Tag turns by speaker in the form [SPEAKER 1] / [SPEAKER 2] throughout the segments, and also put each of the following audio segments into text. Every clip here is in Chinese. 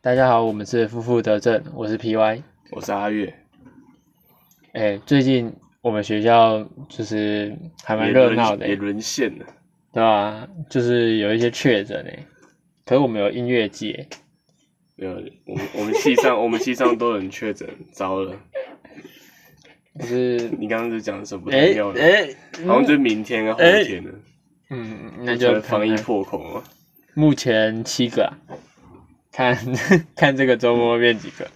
[SPEAKER 1] 大家好，我们是夫妇得正，我是 PY。
[SPEAKER 2] 我是阿月，
[SPEAKER 1] 哎、最近我们学校就是还
[SPEAKER 2] 还
[SPEAKER 1] 蛮热闹的、
[SPEAKER 2] 也沦陷了。
[SPEAKER 1] 对吧、就是有一些确诊哎，可是我们有音乐界，
[SPEAKER 2] 没有，我们我们系上我们系上都有人确诊，糟了！
[SPEAKER 1] 就是
[SPEAKER 2] 你刚刚是讲什么
[SPEAKER 1] 哎
[SPEAKER 2] 没有了？
[SPEAKER 1] 哎，
[SPEAKER 2] 好像就是明天啊，后天呢，
[SPEAKER 1] 嗯，那就看看
[SPEAKER 2] 防疫破口啊。
[SPEAKER 1] 目前七个、啊，看 看这个周末会变几个。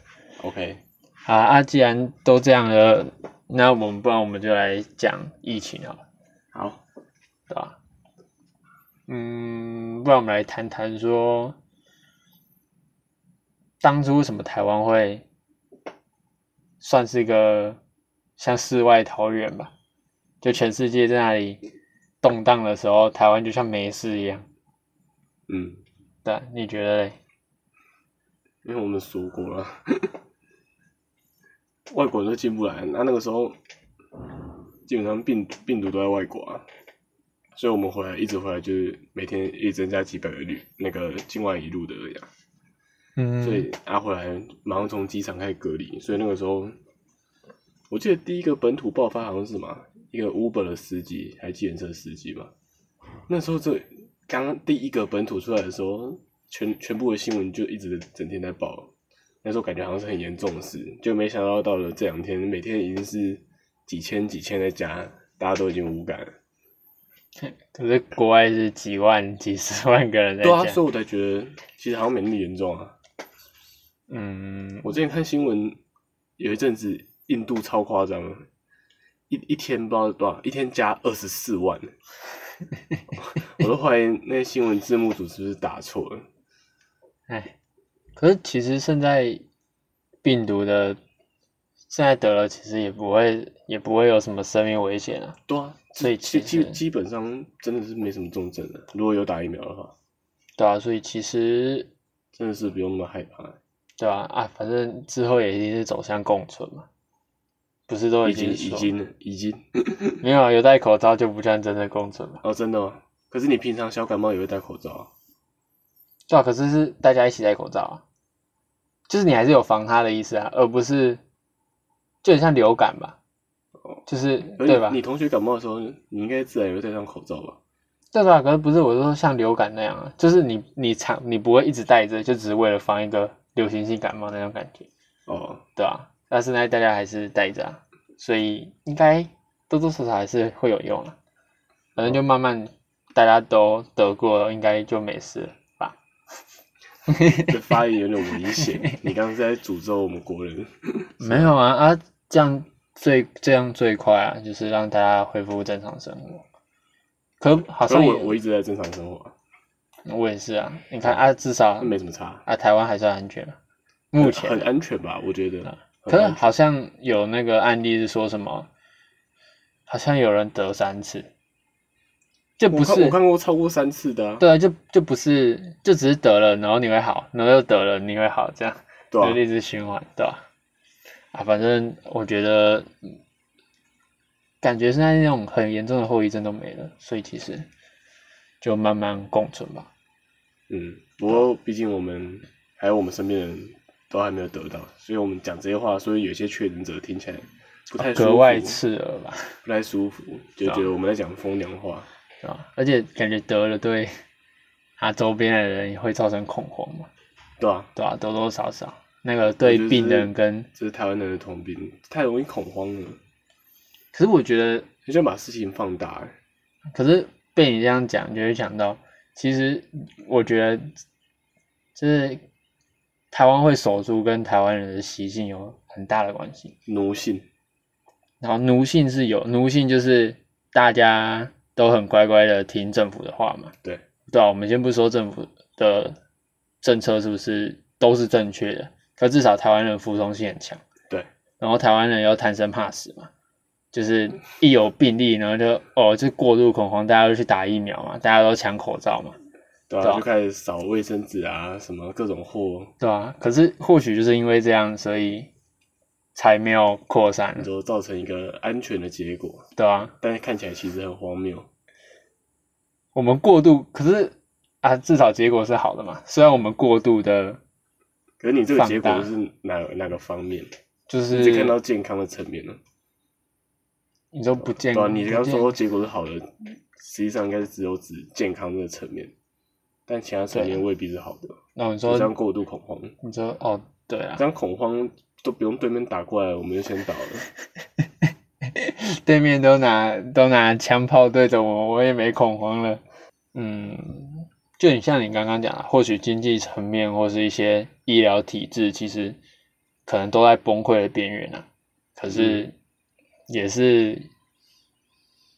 [SPEAKER 2] OK，
[SPEAKER 1] 好啊，既然都这样了，那我们不然我们就来讲疫情好了。
[SPEAKER 2] 好，
[SPEAKER 1] 对吧？嗯，不然我们来谈谈说，当初为什么台湾会算是一个像世外桃源吧？就全世界在那里动荡的时候，台湾就像没事一样。
[SPEAKER 2] 嗯，
[SPEAKER 1] 对啊，你觉得嘞？
[SPEAKER 2] 因为我们锁国了，外国人都进不来。那那个时候，基本上病病毒都在外国啊，所以我们回来一直回来就是每天一直增加几百个旅那个境外一路的而已啊。
[SPEAKER 1] 嗯
[SPEAKER 2] 所以阿回来马上从机场开始隔离，所以那个时候，我记得第一个本土爆发好像是什么一个 Uber 的司机，还计程车司机嘛。那时候这刚第一个本土出来的时候，全全部的新闻就一直整天在报，那时候感觉好像是很严重的事，就没想到到了这两天，每天已经是几千几千在加，大家都已经无感了。
[SPEAKER 1] 可是国外是几万、几十万个人在
[SPEAKER 2] 对啊，
[SPEAKER 1] 讲。
[SPEAKER 2] 所以我才觉得其实好像没那么严重啊。
[SPEAKER 1] 嗯，
[SPEAKER 2] 我之前看新闻，有一阵子印度超夸张的，一一天不知道多少，一天加二十四 万，我都怀疑那些新闻字幕组是不是打错了。
[SPEAKER 1] 哎，可是其实现在病毒的现在得了，其实也不会也不会有什么生命危险啊。
[SPEAKER 2] 对啊，
[SPEAKER 1] 所以
[SPEAKER 2] 基
[SPEAKER 1] 其
[SPEAKER 2] 基
[SPEAKER 1] 实
[SPEAKER 2] 基本上真的是没什么重症的，如果有打疫苗的话，
[SPEAKER 1] 对啊，所以其实
[SPEAKER 2] 真的是不用那么害怕。
[SPEAKER 1] 对啊啊，反正之后也一定是走向共存嘛，不是都
[SPEAKER 2] 已
[SPEAKER 1] 经
[SPEAKER 2] 经已
[SPEAKER 1] 说
[SPEAKER 2] 经了已经
[SPEAKER 1] 没有啊有戴口罩就不算真的共存嘛？
[SPEAKER 2] 哦，真的吗？可是你平常小感冒也会戴口罩啊，
[SPEAKER 1] 对啊，可是是大家一起戴口罩啊，就是你还是有防它的意思啊，而不是就很像流感吧，就是
[SPEAKER 2] 可
[SPEAKER 1] 对
[SPEAKER 2] 是
[SPEAKER 1] 吧
[SPEAKER 2] 哦你？你同学感冒的时候，你应该自然也会戴上口罩吧？
[SPEAKER 1] 对吧？可是不是我说像流感那样啊，就是你你常你不会一直戴着，就只是为了防一个流行性感冒那种感觉，
[SPEAKER 2] 哦，
[SPEAKER 1] 对吧、但是呢，大家还是戴着啊，所以应该多多少少还是会有用啊。反正就慢慢大家都得过了，应该就没事了吧？
[SPEAKER 2] 这发言有点 危险。你刚刚是在诅咒我们国人。
[SPEAKER 1] 没有啊啊，这样最这样最快啊，就是让大家恢复正常生活。可好
[SPEAKER 2] 好像
[SPEAKER 1] 像也
[SPEAKER 2] 我我一直在正常生活，啊
[SPEAKER 1] 我也是啊，你看啊，至少
[SPEAKER 2] 那没什么差。
[SPEAKER 1] 啊，台湾还算安全吧，目前啊
[SPEAKER 2] 很安全吧？我觉得。
[SPEAKER 1] 可
[SPEAKER 2] 很
[SPEAKER 1] 是
[SPEAKER 2] 安全
[SPEAKER 1] 好像有那个案例是说什么，好像有人得三次，就不
[SPEAKER 2] 我看
[SPEAKER 1] 是
[SPEAKER 2] 我看过超过三次的啊，
[SPEAKER 1] 对啊，就就不是，就只是得了，然后你会好，然后又得了，你会好，这样
[SPEAKER 2] 对啊
[SPEAKER 1] 就一直循环，对吧、啊？反正我觉得，嗯感觉现在那种很严重的后遗症都没了，所以其实就慢慢共存吧。
[SPEAKER 2] 嗯，不过毕竟我们还有我们身边的人都还没有得到，所以我们讲这些话，所以有些确诊者听起来不太舒
[SPEAKER 1] 啊格
[SPEAKER 2] 服，
[SPEAKER 1] 外刺耳吧，
[SPEAKER 2] 不太舒服，就
[SPEAKER 1] 对啊
[SPEAKER 2] 觉得我们在讲风凉话。
[SPEAKER 1] 对吧？而且感觉得了对他周边的人也会造成恐慌嘛。
[SPEAKER 2] 对啊，
[SPEAKER 1] 对啊，多多少少那个对
[SPEAKER 2] 就是
[SPEAKER 1] 病人跟，
[SPEAKER 2] 这是台湾人的通病，太容易恐慌了，
[SPEAKER 1] 可是我觉得，
[SPEAKER 2] 很喜欢把事情放大、欸
[SPEAKER 1] 可是被你这样讲，就会想到，其实我觉得，就是台湾会守住跟台湾人的习性有很大的关系。
[SPEAKER 2] 奴性。
[SPEAKER 1] 然后奴性是有，奴性就是大家都很乖乖的听政府的话嘛，
[SPEAKER 2] 对，
[SPEAKER 1] 对啊，我们先不说政府的政策是不是都是正确的，可至少台湾人服从性很强。
[SPEAKER 2] 对，
[SPEAKER 1] 然后台湾人又贪生怕死嘛，就是一有病例，然后就哦就过度恐慌，大家都去打疫苗嘛，大家都抢口罩嘛，
[SPEAKER 2] 对
[SPEAKER 1] 对
[SPEAKER 2] 啊，
[SPEAKER 1] 啊
[SPEAKER 2] 就开始扫卫生纸啊，什么各种货，
[SPEAKER 1] 对啊，可是或许就是因为这样，所以才没有扩散，
[SPEAKER 2] 就造成一个安全的结果。
[SPEAKER 1] 对啊，
[SPEAKER 2] 但是看起来其实很荒谬。
[SPEAKER 1] 我们过度，可是啊，至少结果是好的嘛。虽然我们过度的
[SPEAKER 2] 可是你这个结
[SPEAKER 1] 放
[SPEAKER 2] 果
[SPEAKER 1] 大
[SPEAKER 2] 是哪哪个方面？
[SPEAKER 1] 就
[SPEAKER 2] 你只看
[SPEAKER 1] 是
[SPEAKER 2] 到健康的层面了，
[SPEAKER 1] 你说不健
[SPEAKER 2] 对啊，
[SPEAKER 1] 康，
[SPEAKER 2] 你
[SPEAKER 1] 不
[SPEAKER 2] 刚
[SPEAKER 1] 健
[SPEAKER 2] 说结果是好的，实际上应该是只有指健康这个层面，但其他层面未必是好的。
[SPEAKER 1] 那啊你
[SPEAKER 2] 就这样
[SPEAKER 1] 说
[SPEAKER 2] 过度恐慌，
[SPEAKER 1] 你说哦，对啊
[SPEAKER 2] 这，样恐慌都不用对面打过来，我们就先倒了。
[SPEAKER 1] 对面都拿都拿枪炮对着我，我也没恐慌了。嗯，就很像你刚刚讲的，或许经济层面或是一些医疗体制，其实可能都在崩溃的边缘啊。可是也是，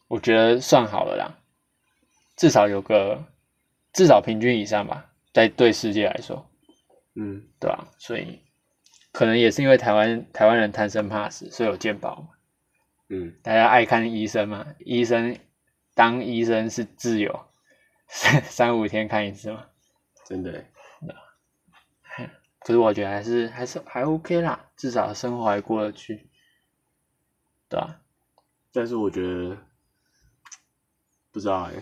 [SPEAKER 1] 我觉得算好了啦，至少有个至少平均以上吧，在对世界来说，
[SPEAKER 2] 嗯，
[SPEAKER 1] 对吧、所以可能也是因为台湾台湾人贪生怕死，所以有健保嘛。
[SPEAKER 2] 嗯，
[SPEAKER 1] 大家爱看医生嘛？医生当医生是自由，三三五天看一次嘛。
[SPEAKER 2] 真的欸，
[SPEAKER 1] 可是我觉得还是还是还 OK 啦，至少生活还过得去，对吧、
[SPEAKER 2] 但是我觉得不知道哎、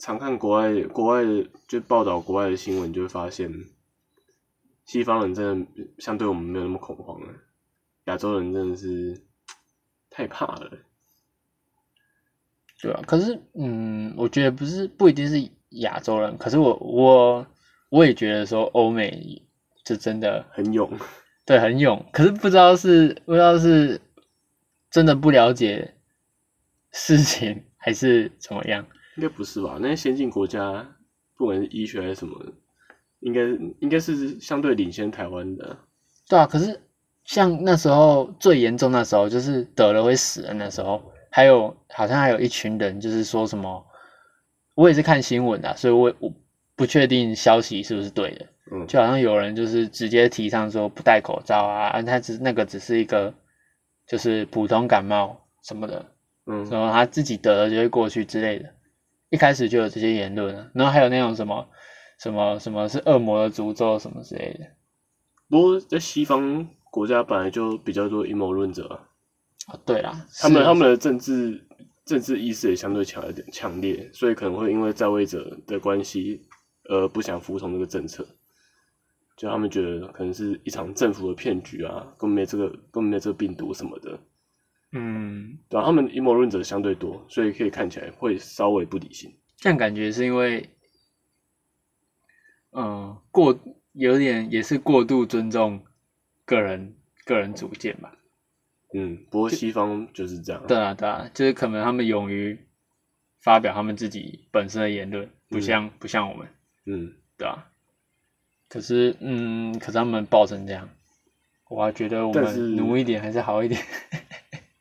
[SPEAKER 2] 常看国外国外的就报道国外的新闻，就会发现西方人真的相对我们没有那么恐慌了，亚洲人真的是太怕了。
[SPEAKER 1] 对啊，可是嗯，我觉得不是不一定是亚洲人，可是我我我也觉得说欧美就真的
[SPEAKER 2] 很勇，
[SPEAKER 1] 对，很勇，可是不知道是不知道是真的不了解事情还是怎么样。
[SPEAKER 2] 应该不是吧？那些先进国家，不管是医学还是什么，应该应该是相对领先台湾的。
[SPEAKER 1] 对啊，可是像那时候最严重的时候，就是得了会死人的时候，还有好像还有一群人，就是说什么，我也是看新闻的啊，所以我我不确定消息是不是对的，
[SPEAKER 2] 嗯，
[SPEAKER 1] 就好像有人就是直接提倡说不戴口罩啊，啊他只那个只是一个就是普通感冒什么的，
[SPEAKER 2] 嗯
[SPEAKER 1] 什么他自己得了就会过去之类的，一开始就有这些言论啊，然后还有那种什么什么什么是恶魔的诅咒什么之类的。
[SPEAKER 2] 不过在西方国家本来就比较多阴谋论者、啊，
[SPEAKER 1] 哦，对啦，
[SPEAKER 2] 他们
[SPEAKER 1] 是啊
[SPEAKER 2] 他们的政治政治意识也相对强一点强烈，所以可能会因为在位者的关系，而不想服从这个政策。就他们觉得可能是一场政府的骗局啊，根本没这个根本没这个病毒什么的，
[SPEAKER 1] 嗯，
[SPEAKER 2] 对、啊、他们阴谋论者相对多，所以可以看起来会稍微不理性。
[SPEAKER 1] 这样感觉是因为，嗯、过有点也是过度尊重个人个人主见吧。
[SPEAKER 2] 嗯，不过西方就是这样。
[SPEAKER 1] 对啊，对啊，就是可能他们勇于发表他们自己本身的言论，不像、不像我们，
[SPEAKER 2] 嗯，
[SPEAKER 1] 对吧、啊可是，嗯，可是他们爆成这样，我还觉得我
[SPEAKER 2] 但是
[SPEAKER 1] 们努一点还是好一点。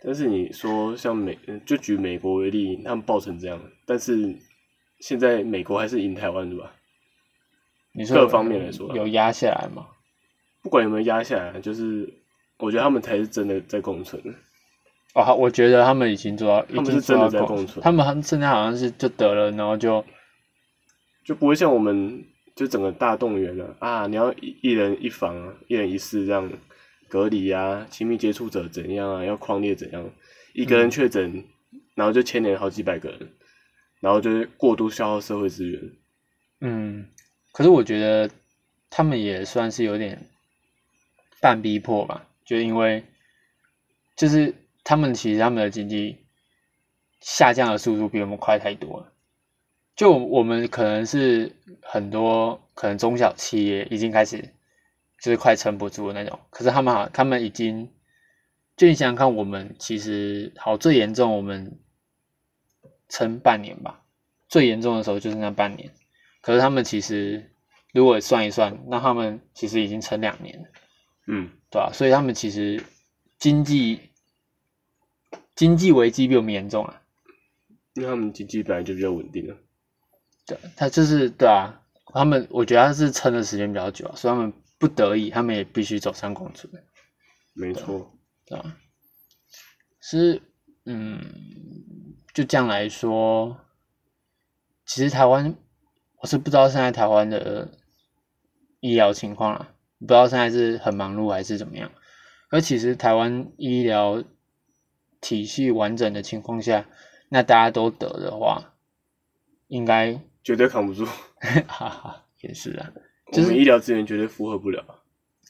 [SPEAKER 2] 但是你说像美，就举美国为例，他们爆成这样，但是现在美国还是赢台湾，对吧？
[SPEAKER 1] 你说
[SPEAKER 2] 各
[SPEAKER 1] 有
[SPEAKER 2] 方面来说啊
[SPEAKER 1] 有压下来吗？
[SPEAKER 2] 不管有没有压下来，就是我觉得他们才是真的在共存。
[SPEAKER 1] 哦，好我觉得他们已经做到，已
[SPEAKER 2] 他们
[SPEAKER 1] 经
[SPEAKER 2] 是
[SPEAKER 1] 做
[SPEAKER 2] 真的
[SPEAKER 1] 到
[SPEAKER 2] 在
[SPEAKER 1] 共
[SPEAKER 2] 共
[SPEAKER 1] 存
[SPEAKER 2] 存
[SPEAKER 1] 他们现在好像是就得了，然后就
[SPEAKER 2] 就不会像我们就整个大动员了啊你要一一人一房啊，一人一室这样隔离啊，亲密接触者怎样啊，要框列怎样，一个
[SPEAKER 1] 嗯
[SPEAKER 2] 人确诊，然后就牵连好几百个人，然后就是过度消耗社会资源。
[SPEAKER 1] 嗯，可是我觉得他们也算是有点半逼迫吧，就因为就是他们其实他们的经济下降的速度比我们快太多了。就我们可能是很多可能中小企业已经开始就是快撑不住的那种，可是他们好，他们已经就你想想看，我们其实好最严重，我们撑半年吧，最严重的时候就是那半年。可是他们其实如果算一算，那他们其实已经撑两年了，
[SPEAKER 2] 嗯，
[SPEAKER 1] 对吧、所以他们其实经济经济危机比我们严重啊，
[SPEAKER 2] 因为他们经济本来就比较稳定了。啊
[SPEAKER 1] 对，他就是对啊，他们我觉得他是撑的时间比较久、啊，所以他们不得已，他们也必须走上共存，
[SPEAKER 2] 没错，
[SPEAKER 1] 对吧、是，嗯，就这样来说，其实台湾我是不知道现在台湾的医疗情况啦，不知道现在是很忙碌还是怎么样。而其实台湾医疗体系完整的情况下，那大家都得的话，应该，
[SPEAKER 2] 绝对扛不住，
[SPEAKER 1] 哈哈，也是啊，就是
[SPEAKER 2] 我们医疗资源绝对负荷不了。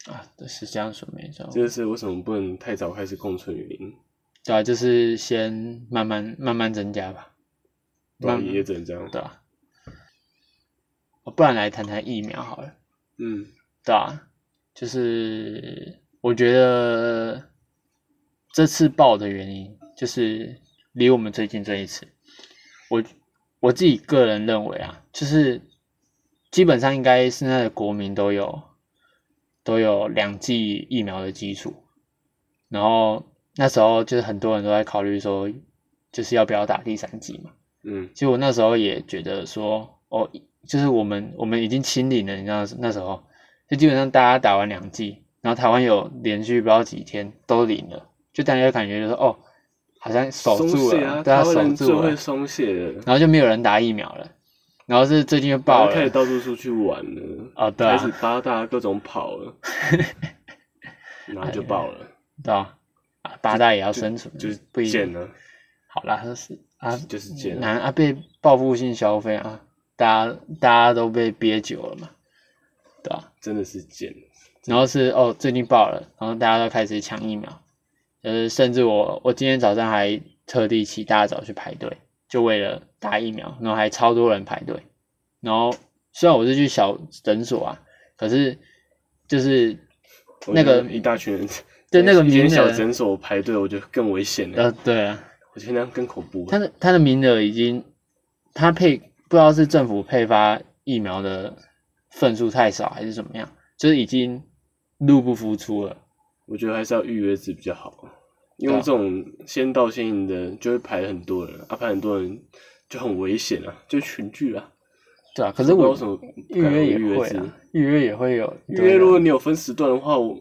[SPEAKER 1] 啊，对是这样说没错。
[SPEAKER 2] 这就是为什么不能太早开始共存原因。
[SPEAKER 1] 对啊，就是先慢慢慢慢增加吧，
[SPEAKER 2] 对啊，
[SPEAKER 1] 慢
[SPEAKER 2] 也只能这样。
[SPEAKER 1] 对吧、啊？不然来谈谈疫苗好了。
[SPEAKER 2] 嗯，
[SPEAKER 1] 对啊，就是我觉得这次爆的原因就是离我们最近这一次，我我自己个人认为啊，就是基本上应该现在的国民都有都有两剂疫苗的基础，然后那时候就是很多人都在考虑说，就是要不要打第三剂嘛。
[SPEAKER 2] 嗯，
[SPEAKER 1] 其实我那时候也觉得说，哦，就是我们我们已经清零了，你知道那时候就基本上大家打完两剂，然后台湾有连续不知道几天都零了，就大家感觉就是哦，好像守
[SPEAKER 2] 松
[SPEAKER 1] 住
[SPEAKER 2] 懈
[SPEAKER 1] 了，大
[SPEAKER 2] 啊，台
[SPEAKER 1] 家
[SPEAKER 2] 湾
[SPEAKER 1] 守
[SPEAKER 2] 人最
[SPEAKER 1] 住了
[SPEAKER 2] 会，松懈的，
[SPEAKER 1] 然后就没有人打疫苗了，然后是最近就
[SPEAKER 2] 然
[SPEAKER 1] 爆
[SPEAKER 2] 后开始
[SPEAKER 1] 了，
[SPEAKER 2] 到处出去玩了，
[SPEAKER 1] 哦 对啊
[SPEAKER 2] 开始八大各种跑 了，然后就爆了，
[SPEAKER 1] 对吧？啊，八大也要生存，
[SPEAKER 2] 就是
[SPEAKER 1] 哎不一
[SPEAKER 2] 贱
[SPEAKER 1] 定。
[SPEAKER 2] 了，
[SPEAKER 1] 好啦，就是啊，
[SPEAKER 2] 就是贱了。
[SPEAKER 1] 难啊，被报复性消费啊，大家大家都被憋久了嘛，对吧？
[SPEAKER 2] 真的是贱。
[SPEAKER 1] 然后是哦，最近爆了，然后大家都开始抢疫苗，呃，甚至我我今天早上还特地起大早去排队，就为了打疫苗，然后还超多人排队。然后虽然我是去小诊所啊，可是就是
[SPEAKER 2] 我
[SPEAKER 1] 那个
[SPEAKER 2] 觉得一大群人，
[SPEAKER 1] 对那个
[SPEAKER 2] 一间
[SPEAKER 1] 名
[SPEAKER 2] 小
[SPEAKER 1] 额，
[SPEAKER 2] 诊所排队，我觉得更危险了。
[SPEAKER 1] 呃，对啊，
[SPEAKER 2] 我觉得那样更恐怖。
[SPEAKER 1] 他的他的名额已经，他配不知道是政府配发疫苗的份数太少还是怎么样，就是已经入不敷出了。
[SPEAKER 2] 我觉得还是要预约制比较好，因
[SPEAKER 1] 对
[SPEAKER 2] 为
[SPEAKER 1] 啊
[SPEAKER 2] 这种先到先赢的就会排很多人，啊排很多人就很危险啊，就群聚啊。
[SPEAKER 1] 对啊，可是
[SPEAKER 2] 不知道
[SPEAKER 1] 我
[SPEAKER 2] 为什么
[SPEAKER 1] 预约
[SPEAKER 2] 不敢
[SPEAKER 1] 也
[SPEAKER 2] 预
[SPEAKER 1] 会
[SPEAKER 2] 约制
[SPEAKER 1] 啊，预约也会有啊
[SPEAKER 2] 预约如果你有分时段的话，我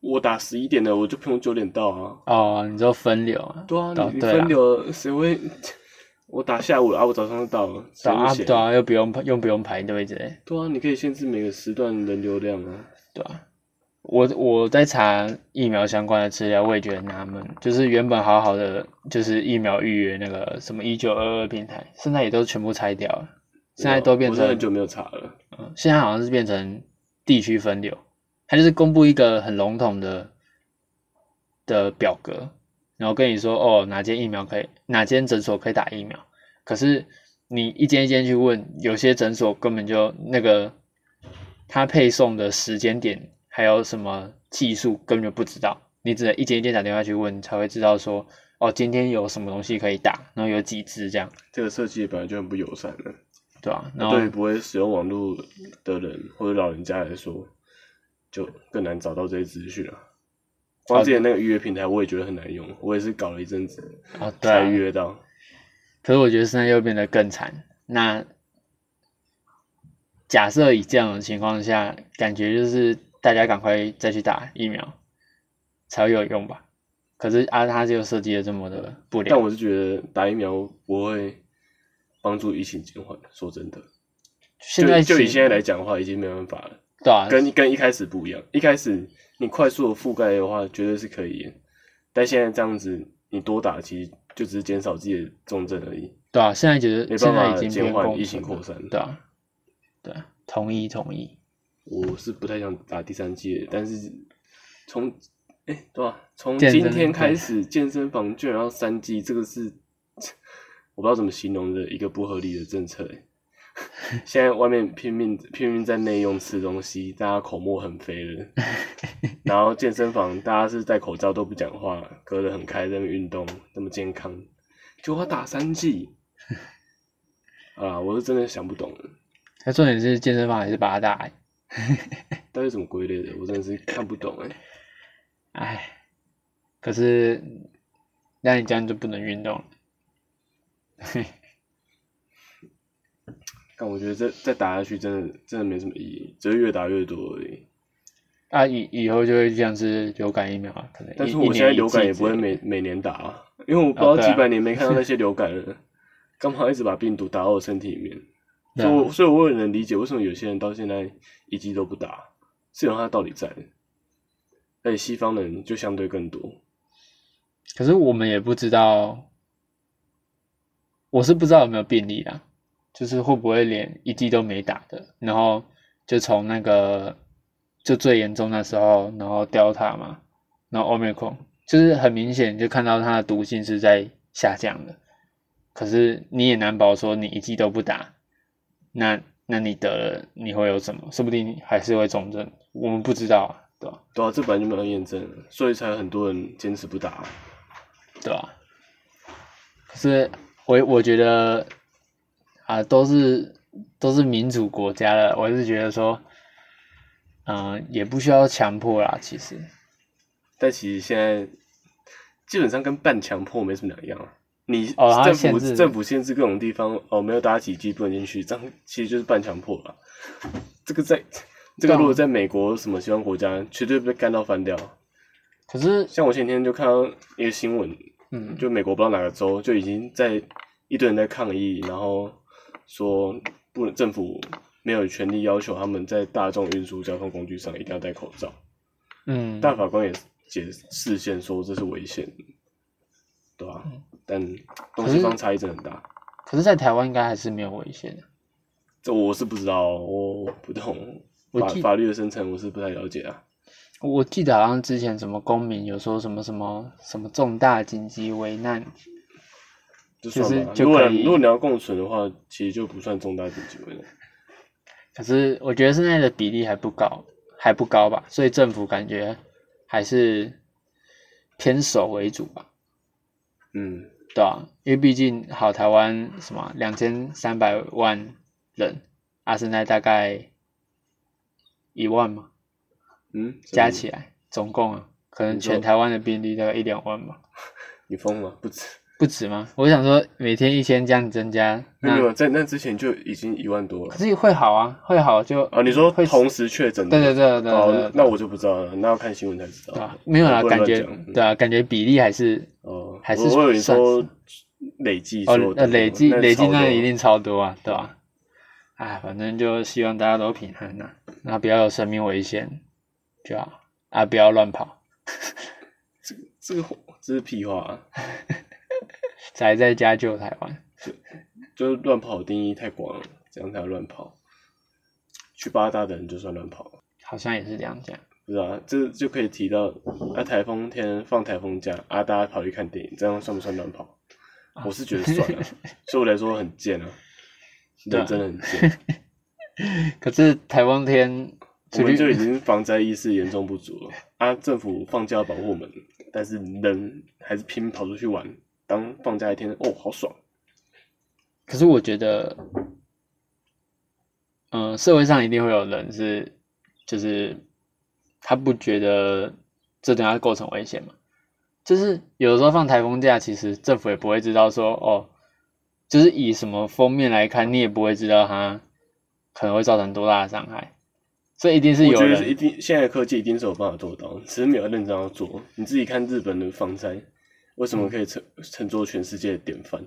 [SPEAKER 2] 我打十一点的，我就不用九点到啊。
[SPEAKER 1] 哦，你说分流啊？
[SPEAKER 2] 对啊，
[SPEAKER 1] 哦
[SPEAKER 2] 你你
[SPEAKER 1] 对啦
[SPEAKER 2] 分流了谁会？ 我打下午了啊，我早上就到了，谁
[SPEAKER 1] 对
[SPEAKER 2] 会
[SPEAKER 1] 啊，
[SPEAKER 2] 闲
[SPEAKER 1] 对啊，又不用又不用排队之类，
[SPEAKER 2] 对啊，你可以限制每个时段人流量啊。
[SPEAKER 1] 对啊。我我在查疫苗相关的资料，我也觉得很纳闷，就是原本好好的就是疫苗预约那个什么一九二二平台，现在也都全部拆掉了，现在都变
[SPEAKER 2] 啊我真的
[SPEAKER 1] 成
[SPEAKER 2] 很久没有查了。
[SPEAKER 1] 嗯，现在好像是变成地区分流，它就是公布一个很笼统的的表格，然后跟你说哦，哪间疫苗可以，哪间诊所可以打疫苗。可是你一间一间去问，有些诊所根本就那个他配送的时间点，还有什么技术根本就不知道，你只能一间一间打电话去问，才会知道说哦，今天有什么东西可以打，然后有几支这样，
[SPEAKER 2] 这个设计本来就很不友善了，
[SPEAKER 1] 对啊吧、然后
[SPEAKER 2] 对于不会使用网络的人或者老人家来说，就更难找到这些资讯了。光之前那个预约平台，我也觉得很难用，我也是搞了一阵子
[SPEAKER 1] 哦，对、啊
[SPEAKER 2] 才，预约到。
[SPEAKER 1] 可是我觉得现在又变得更惨。那假设以这样的情况下，感觉就是大家赶快再去打疫苗才会有用吧？可是啊，他就设计的这么的不
[SPEAKER 2] 但
[SPEAKER 1] 良，
[SPEAKER 2] 我是觉得打疫苗不会帮助疫情减缓，说真的，
[SPEAKER 1] 现在
[SPEAKER 2] 就就以
[SPEAKER 1] 是
[SPEAKER 2] 现在来讲的话，已经没办法了，
[SPEAKER 1] 对啊，
[SPEAKER 2] 跟跟一开始不一样。一开始你快速的覆盖的话，绝对是可以的，但现在这样子，你多打其实就只是减少自己的重症而已，
[SPEAKER 1] 对啊，现在觉得
[SPEAKER 2] 没
[SPEAKER 1] 现
[SPEAKER 2] 办
[SPEAKER 1] 在已
[SPEAKER 2] 法
[SPEAKER 1] 经
[SPEAKER 2] 减
[SPEAKER 1] 变
[SPEAKER 2] 缓
[SPEAKER 1] 共
[SPEAKER 2] 疫情
[SPEAKER 1] 存
[SPEAKER 2] 扩
[SPEAKER 1] 了
[SPEAKER 2] 散。
[SPEAKER 1] 对啊，对啊，同意同意，
[SPEAKER 2] 我是不太想打第三季的，但是从哎、对吧、从
[SPEAKER 1] 健身
[SPEAKER 2] 今天开始，健身房居然要三季，这个是我不知道怎么形容的一个不合理的政策、欸。 现在外面拼命拼命在内用吃东西，大家口沫横 飞了，然后健身房大家是戴口罩都不讲话，隔得很开，在那边运动，那么健康，就要打三 剂啊！我是真的想不懂了。
[SPEAKER 1] 那重点是健身房还是八大、欸？
[SPEAKER 2] 到底怎么归类的？我真的是看不懂哎、
[SPEAKER 1] 哎，可是那你这样就不能运动了。
[SPEAKER 2] 但我觉得这再打下去，真的真的没什么意义，只会越打越多而已。
[SPEAKER 1] 啊，以以后就会像是流感疫苗啊，可能
[SPEAKER 2] 但
[SPEAKER 1] 一
[SPEAKER 2] 是
[SPEAKER 1] 一
[SPEAKER 2] 我现
[SPEAKER 1] 年
[SPEAKER 2] 在
[SPEAKER 1] 一
[SPEAKER 2] 流感
[SPEAKER 1] 剂
[SPEAKER 2] 也
[SPEAKER 1] 之
[SPEAKER 2] 不会
[SPEAKER 1] 类的
[SPEAKER 2] 每每年打、啊，因为我不知道
[SPEAKER 1] 对啊
[SPEAKER 2] 几百年没看到那些流感了， 干嘛一直把病毒打到我身体里面？
[SPEAKER 1] 对
[SPEAKER 2] 所
[SPEAKER 1] 啊
[SPEAKER 2] 以我所以我也能理解为什么有些人到现在一剂都不打，是有他的道理在的。而且西方人就相对更多，
[SPEAKER 1] 可是我们也不知道，我是不知道有没有病例啦，就是会不会连一剂都没打的，然后就从那个就最严重那时候，然后 Delta 嘛，然后 Omicron，就是很明显就看到它的毒性是在下降的。可是你也难保说你一剂都不打，那那你得了你会有什么？说不定你还是会重症，我们不知道啊，对吧、
[SPEAKER 2] 对啊，这本来就没有验证，所以才很多人坚持不打。啊
[SPEAKER 1] 对吧、可是我我觉得啊、都是都是民主国家了，我是觉得说，嗯、也不需要强迫啦，其实，
[SPEAKER 2] 但其实现在基本上跟半强迫没什么两样啊。你
[SPEAKER 1] 哦它
[SPEAKER 2] 政
[SPEAKER 1] 限
[SPEAKER 2] 府、
[SPEAKER 1] 制
[SPEAKER 2] 政府限制各种地方哦，没有打几剂不能进去，这样其实就是半强迫了。这个在这
[SPEAKER 1] 啊
[SPEAKER 2] 个如果在美国什么西方国家，绝对被干到翻掉。
[SPEAKER 1] 可是
[SPEAKER 2] 像我前天就看到一个新闻，
[SPEAKER 1] 嗯，
[SPEAKER 2] 就美国不知道哪个州就已经在一堆人在抗议，然后说不能政府没有权利要求他们在大众运输交通工具上一定要戴口罩。
[SPEAKER 1] 嗯，
[SPEAKER 2] 大法官也解视线说这是违宪的，对吧、
[SPEAKER 1] 嗯
[SPEAKER 2] 但东西方差异真的很大，
[SPEAKER 1] 可是，在台湾应该还是没有危险的。
[SPEAKER 2] 这我是不知道，哦我我不懂
[SPEAKER 1] 我
[SPEAKER 2] 法
[SPEAKER 1] 记
[SPEAKER 2] 法律的生成，我是不太了解啊。
[SPEAKER 1] 我记得好像之前什么公民有说什么什么什么重大紧急危难，
[SPEAKER 2] 就
[SPEAKER 1] 就是
[SPEAKER 2] 算吧，
[SPEAKER 1] 就
[SPEAKER 2] 如果
[SPEAKER 1] 可以
[SPEAKER 2] 如果你要共存的话，其实就不算重大紧急危难。
[SPEAKER 1] 可是我觉得现在的比例还不高，还不高吧，所以政府感觉还是偏守为主吧，
[SPEAKER 2] 嗯，
[SPEAKER 1] 对啊，因为毕竟好台湾什么两千三百万人，啊现在大概一万嘛，
[SPEAKER 2] 嗯，
[SPEAKER 1] 加起来总共啊，可能
[SPEAKER 2] 你说
[SPEAKER 1] 全台湾的病例大概一两万吧，
[SPEAKER 2] 你疯了？不止，
[SPEAKER 1] 不止吗？我想说每天一千这样增加，
[SPEAKER 2] 没
[SPEAKER 1] 那
[SPEAKER 2] 有没有，在那之前就已经一万多了
[SPEAKER 1] 可。是会好啊，会好就
[SPEAKER 2] 啊，你说
[SPEAKER 1] 会
[SPEAKER 2] 同时确诊？
[SPEAKER 1] 对对对对对
[SPEAKER 2] 哦
[SPEAKER 1] 对，
[SPEAKER 2] 那我就不知道了，那要看新闻才知
[SPEAKER 1] 对
[SPEAKER 2] 道
[SPEAKER 1] 啊。，没有啦，
[SPEAKER 2] 不能
[SPEAKER 1] 感
[SPEAKER 2] 乱
[SPEAKER 1] 觉
[SPEAKER 2] 讲嗯
[SPEAKER 1] 对啊，感觉比例还是
[SPEAKER 2] 哦，
[SPEAKER 1] 还是
[SPEAKER 2] 我我有你
[SPEAKER 1] 算
[SPEAKER 2] 说累计
[SPEAKER 1] 哦
[SPEAKER 2] 所有，的
[SPEAKER 1] 呃，累计累计
[SPEAKER 2] 超
[SPEAKER 1] 那
[SPEAKER 2] 多
[SPEAKER 1] 一定超多啊，对吧、哎，反正就希望大家都平安呐、那不要有生命危险，就好啊，不要乱跑，
[SPEAKER 2] 这个这是屁话、啊，
[SPEAKER 1] 宅在家救台湾。
[SPEAKER 2] 就是乱跑的定义太广了，这样才叫乱跑。去八大的人就算乱跑，
[SPEAKER 1] 好像也是这样讲，
[SPEAKER 2] 不是啊？这就可以提到，啊，台风天放台风假，啊，大家跑去看电影，这样算不算乱跑？
[SPEAKER 1] 啊
[SPEAKER 2] 我是觉得算 了、所以我来说很贱啊，
[SPEAKER 1] 对啊
[SPEAKER 2] 人真的很贱。
[SPEAKER 1] 可是台风天
[SPEAKER 2] 我
[SPEAKER 1] 出
[SPEAKER 2] 们就已
[SPEAKER 1] 去，
[SPEAKER 2] 经防灾意识严重不足了啊！政府放假要保护我们，但是人还是拼命跑出去玩。当放假一天，哦，好爽！
[SPEAKER 1] 可是我觉得，嗯、社会上一定会有人是，就是他不觉得这对他构成危险嘛。就是有的时候放台风假，其实政府也不会知道说哦，就是以什么封面来看，你也不会知道它可能会造成多大的伤害。这一定是
[SPEAKER 2] 我
[SPEAKER 1] 有
[SPEAKER 2] 觉得是一
[SPEAKER 1] 人
[SPEAKER 2] 定，现在的科技一定是有办法做到，只是没有认真要做。你自己看日本的防灾，为什
[SPEAKER 1] 嗯
[SPEAKER 2] 么可以成成做全世界的典范？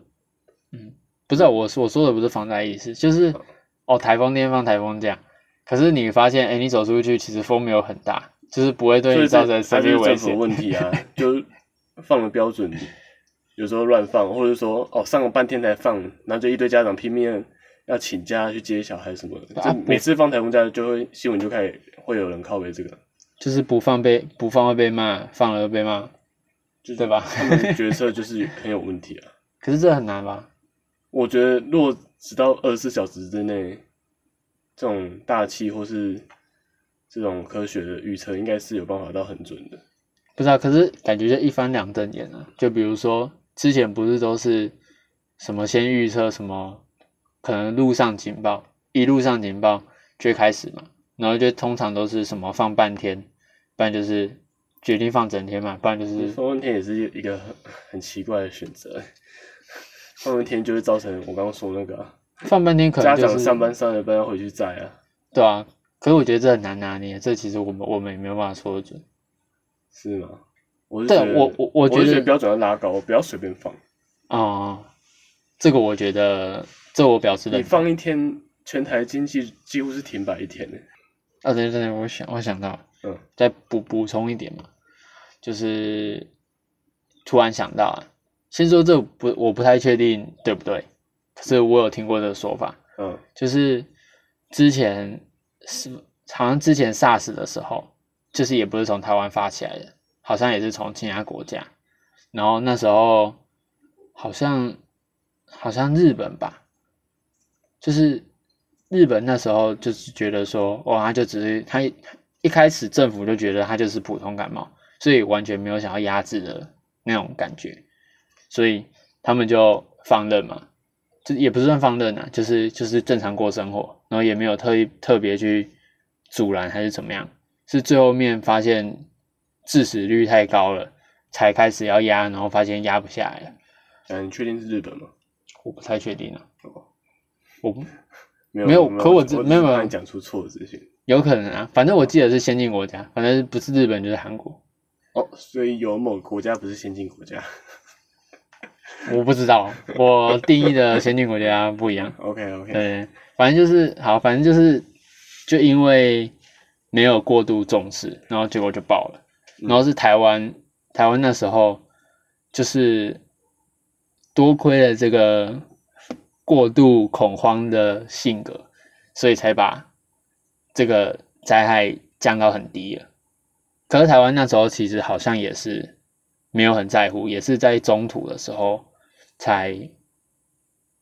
[SPEAKER 1] 不是啊我说我说的不是防灾意识，就是
[SPEAKER 2] 嗯
[SPEAKER 1] 哦台风天放台风假，可是你发现哎你走出去其实风没有很大，就是不会对
[SPEAKER 2] 所
[SPEAKER 1] 你
[SPEAKER 2] 以
[SPEAKER 1] 造成
[SPEAKER 2] 这它
[SPEAKER 1] 生
[SPEAKER 2] 就是
[SPEAKER 1] 命危
[SPEAKER 2] 政府
[SPEAKER 1] 险
[SPEAKER 2] 的。问题啊，就是放的标准有时候乱放，或者说哦上了半天才放，然后就一堆家长拼命要请假去接小孩什么的。
[SPEAKER 1] 啊
[SPEAKER 2] 就每次放台风假就会新闻就开始会有人靠背这个，
[SPEAKER 1] 就是不放被不放会被骂，放了会被骂，
[SPEAKER 2] 就是
[SPEAKER 1] 对吧
[SPEAKER 2] 他们的决策就是很有问题啊。
[SPEAKER 1] 可是这很难吧？
[SPEAKER 2] 我觉得，如果直到二十四小时之内，这种大气或是这种科学的预测，应该是有办法到很准的。
[SPEAKER 1] 不知道、可是感觉就一翻两瞪眼啊。就比如说之前不是都是什么先预测什么，可能路上警报，一路上警报就会开始嘛，然后就通常都是什么放半天，不然就是决定放整天嘛，不然就是
[SPEAKER 2] 放问天也是一个很 很奇怪的选择， 放问天就会造成我刚刚说那个啊、
[SPEAKER 1] 放半天可能
[SPEAKER 2] 家
[SPEAKER 1] 就是
[SPEAKER 2] 长上班上了班要回去载啊，
[SPEAKER 1] 对啊。可是我觉得这很难拿捏，这其实我们我们也没有办法说得准。
[SPEAKER 2] 是吗？我是
[SPEAKER 1] 对
[SPEAKER 2] 觉得
[SPEAKER 1] 我我我
[SPEAKER 2] 我
[SPEAKER 1] 觉得
[SPEAKER 2] 是标准要拉高，不要随便放。
[SPEAKER 1] 哦、这个我觉得这我表示
[SPEAKER 2] 你
[SPEAKER 1] 认同。
[SPEAKER 2] 放一天，全台经济几乎是停摆一天的。
[SPEAKER 1] 啊，对对对，我想我想到了，
[SPEAKER 2] 嗯，
[SPEAKER 1] 再补补充一点嘛，就是突然想到啊，先说这不我不太确定对不对，可是我有听过这个说法，
[SPEAKER 2] 嗯
[SPEAKER 1] 就是之前是好像之前 SARS 的时候，就是也不是从台湾发起来的，好像也是从其他国家。然后那时候好像好像日本吧，就是日本那时候就是觉得说，哇，他就只是他一一开始政府就觉得他就是普通感冒，所以完全没有想要压制的那种感觉，所以他们就放任嘛，这也不是算放任啊，就是就是正常过生活，然后也没有特意特别去阻拦还是怎么样，是最后面发现致死率太高了，才开始要压，然后发现压不下来了，
[SPEAKER 2] 嗯，你确定是日本吗？
[SPEAKER 1] 我不太确定了，我不
[SPEAKER 2] 没有
[SPEAKER 1] 没有可我
[SPEAKER 2] 只
[SPEAKER 1] 知
[SPEAKER 2] 我只
[SPEAKER 1] 没有
[SPEAKER 2] 是
[SPEAKER 1] 没有
[SPEAKER 2] 怕你讲出错的资讯
[SPEAKER 1] 有可能啊，反正我记得是先进国家，反正不是日本就是韩国，
[SPEAKER 2] 哦，所以有某国家不是先进国家。
[SPEAKER 1] 我不知道，我定义的先进国家不一样。
[SPEAKER 2] OK OK，
[SPEAKER 1] 对，反正就是好，反正就是就因为没有过度重视，然后结果就爆了。
[SPEAKER 2] 嗯
[SPEAKER 1] 然后是台湾，台湾那时候就是多亏了这个过度恐慌的性格，所以才把这个灾害降到很低了。可是台湾那时候其实好像也是没有很在乎，也是在中途的时候才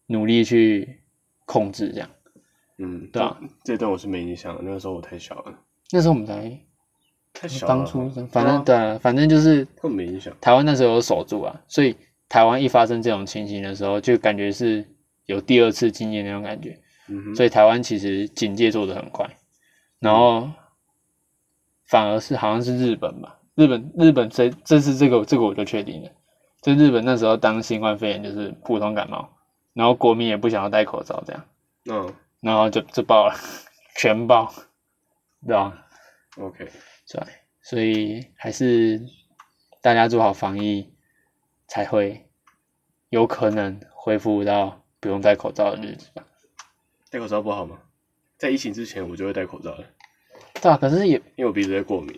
[SPEAKER 1] 努力去控制这样。
[SPEAKER 2] 嗯，
[SPEAKER 1] 对啊，
[SPEAKER 2] 这段我是没印象的，那个时候我太小了，
[SPEAKER 1] 那时候我们才
[SPEAKER 2] 太小了。
[SPEAKER 1] 当初
[SPEAKER 2] 对啊，
[SPEAKER 1] 反正对啊、反正就是
[SPEAKER 2] 根本没影响。
[SPEAKER 1] 台湾那时候有守住啊，所以台湾一发生这种情形的时候，就感觉是有第二次经验那种感觉。
[SPEAKER 2] 嗯哼，
[SPEAKER 1] 所以台湾其实警戒做得很快，然后反而是好像是日本吧，日本日本这这次这个这个我就确定了，就日本那时候当新冠肺炎就是普通感冒，然后国民也不想要戴口罩这样，
[SPEAKER 2] 嗯
[SPEAKER 1] 然后就就爆了，全爆，对吧？
[SPEAKER 2] ，OK，
[SPEAKER 1] 对，所以还是大家做好防疫，才会有可能恢复到不用戴口罩的日子吧。
[SPEAKER 2] 戴口罩不好吗？在疫情之前我就会戴口罩了，
[SPEAKER 1] 对啊，可是也
[SPEAKER 2] 因为我鼻子会过敏。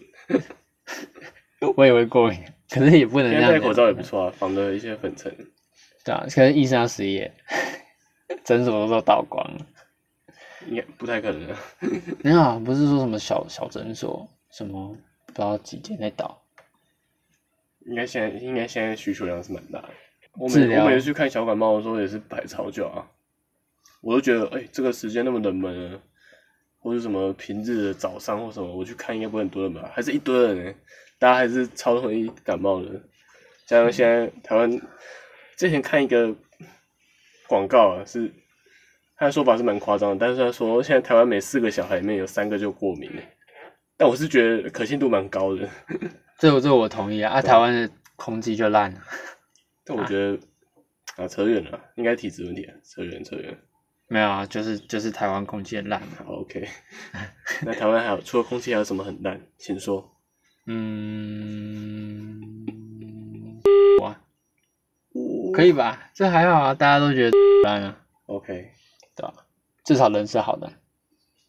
[SPEAKER 1] 我以为过敏，可是也不能
[SPEAKER 2] 现
[SPEAKER 1] 这
[SPEAKER 2] 在
[SPEAKER 1] 样
[SPEAKER 2] 戴口罩也
[SPEAKER 1] 子
[SPEAKER 2] 不错啊，防了一些粉尘。
[SPEAKER 1] 对啊，可是医生要失业， 诊所都倒光了。
[SPEAKER 2] 应该不太可能啊。
[SPEAKER 1] 没有啊，不是说什么小小诊所，什么不知道几天内倒。
[SPEAKER 2] 应该现在应该现在需求量是蛮大的。我
[SPEAKER 1] 治
[SPEAKER 2] 每
[SPEAKER 1] 疗
[SPEAKER 2] 我每次去看小感冒的时候也是排超久啊，我都觉得哎、这个时间那么冷门了，或者什么平日的早上或什么，我去看应该不会很多人吧，还是一堆人呢、欸大家还是超容易感冒的。加上现在台湾之前看一个广告啊，是他的说法是蛮夸张的，但是他说现在台湾每四个小孩里面有三个就过敏了，但我是觉得可信度蛮高的。
[SPEAKER 1] 这我这我同意啊，啊，台湾的空气就烂了，
[SPEAKER 2] 但我觉得啊扯远了，应该体质问题啊，扯远扯远。
[SPEAKER 1] 没有啊，就是就是台湾空气很烂。
[SPEAKER 2] 好，OK。那台湾还有除了空气还有什么很烂？请说。
[SPEAKER 1] 嗯，哇，可以吧？这还好啊，大家都觉得烂啊，
[SPEAKER 2] OK，
[SPEAKER 1] 对吧、至少人是好的，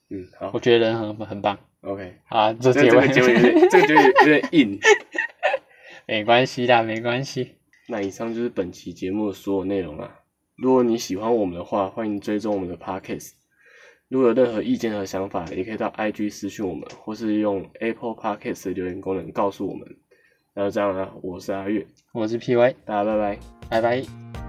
[SPEAKER 2] 嗯，好
[SPEAKER 1] 我觉得人很很棒。
[SPEAKER 2] ，OK。
[SPEAKER 1] 好啊，这
[SPEAKER 2] 这
[SPEAKER 1] 结
[SPEAKER 2] 这个
[SPEAKER 1] 尾
[SPEAKER 2] 结尾有点，这个结尾有点硬。
[SPEAKER 1] 没关系啦，没关系。
[SPEAKER 2] 那以上就是本期节目的所有内容啦、如果你喜欢我们的话，欢迎追踪我们的 Podcast。如果有任何意见和想法，也可以到 IG 私讯我们，或是用 Apple Podcast 的留言功能告诉我们。那就这样啦、我是阿月，
[SPEAKER 1] 我是 PY，
[SPEAKER 2] 大家拜
[SPEAKER 1] 拜
[SPEAKER 2] 拜。
[SPEAKER 1] 拜。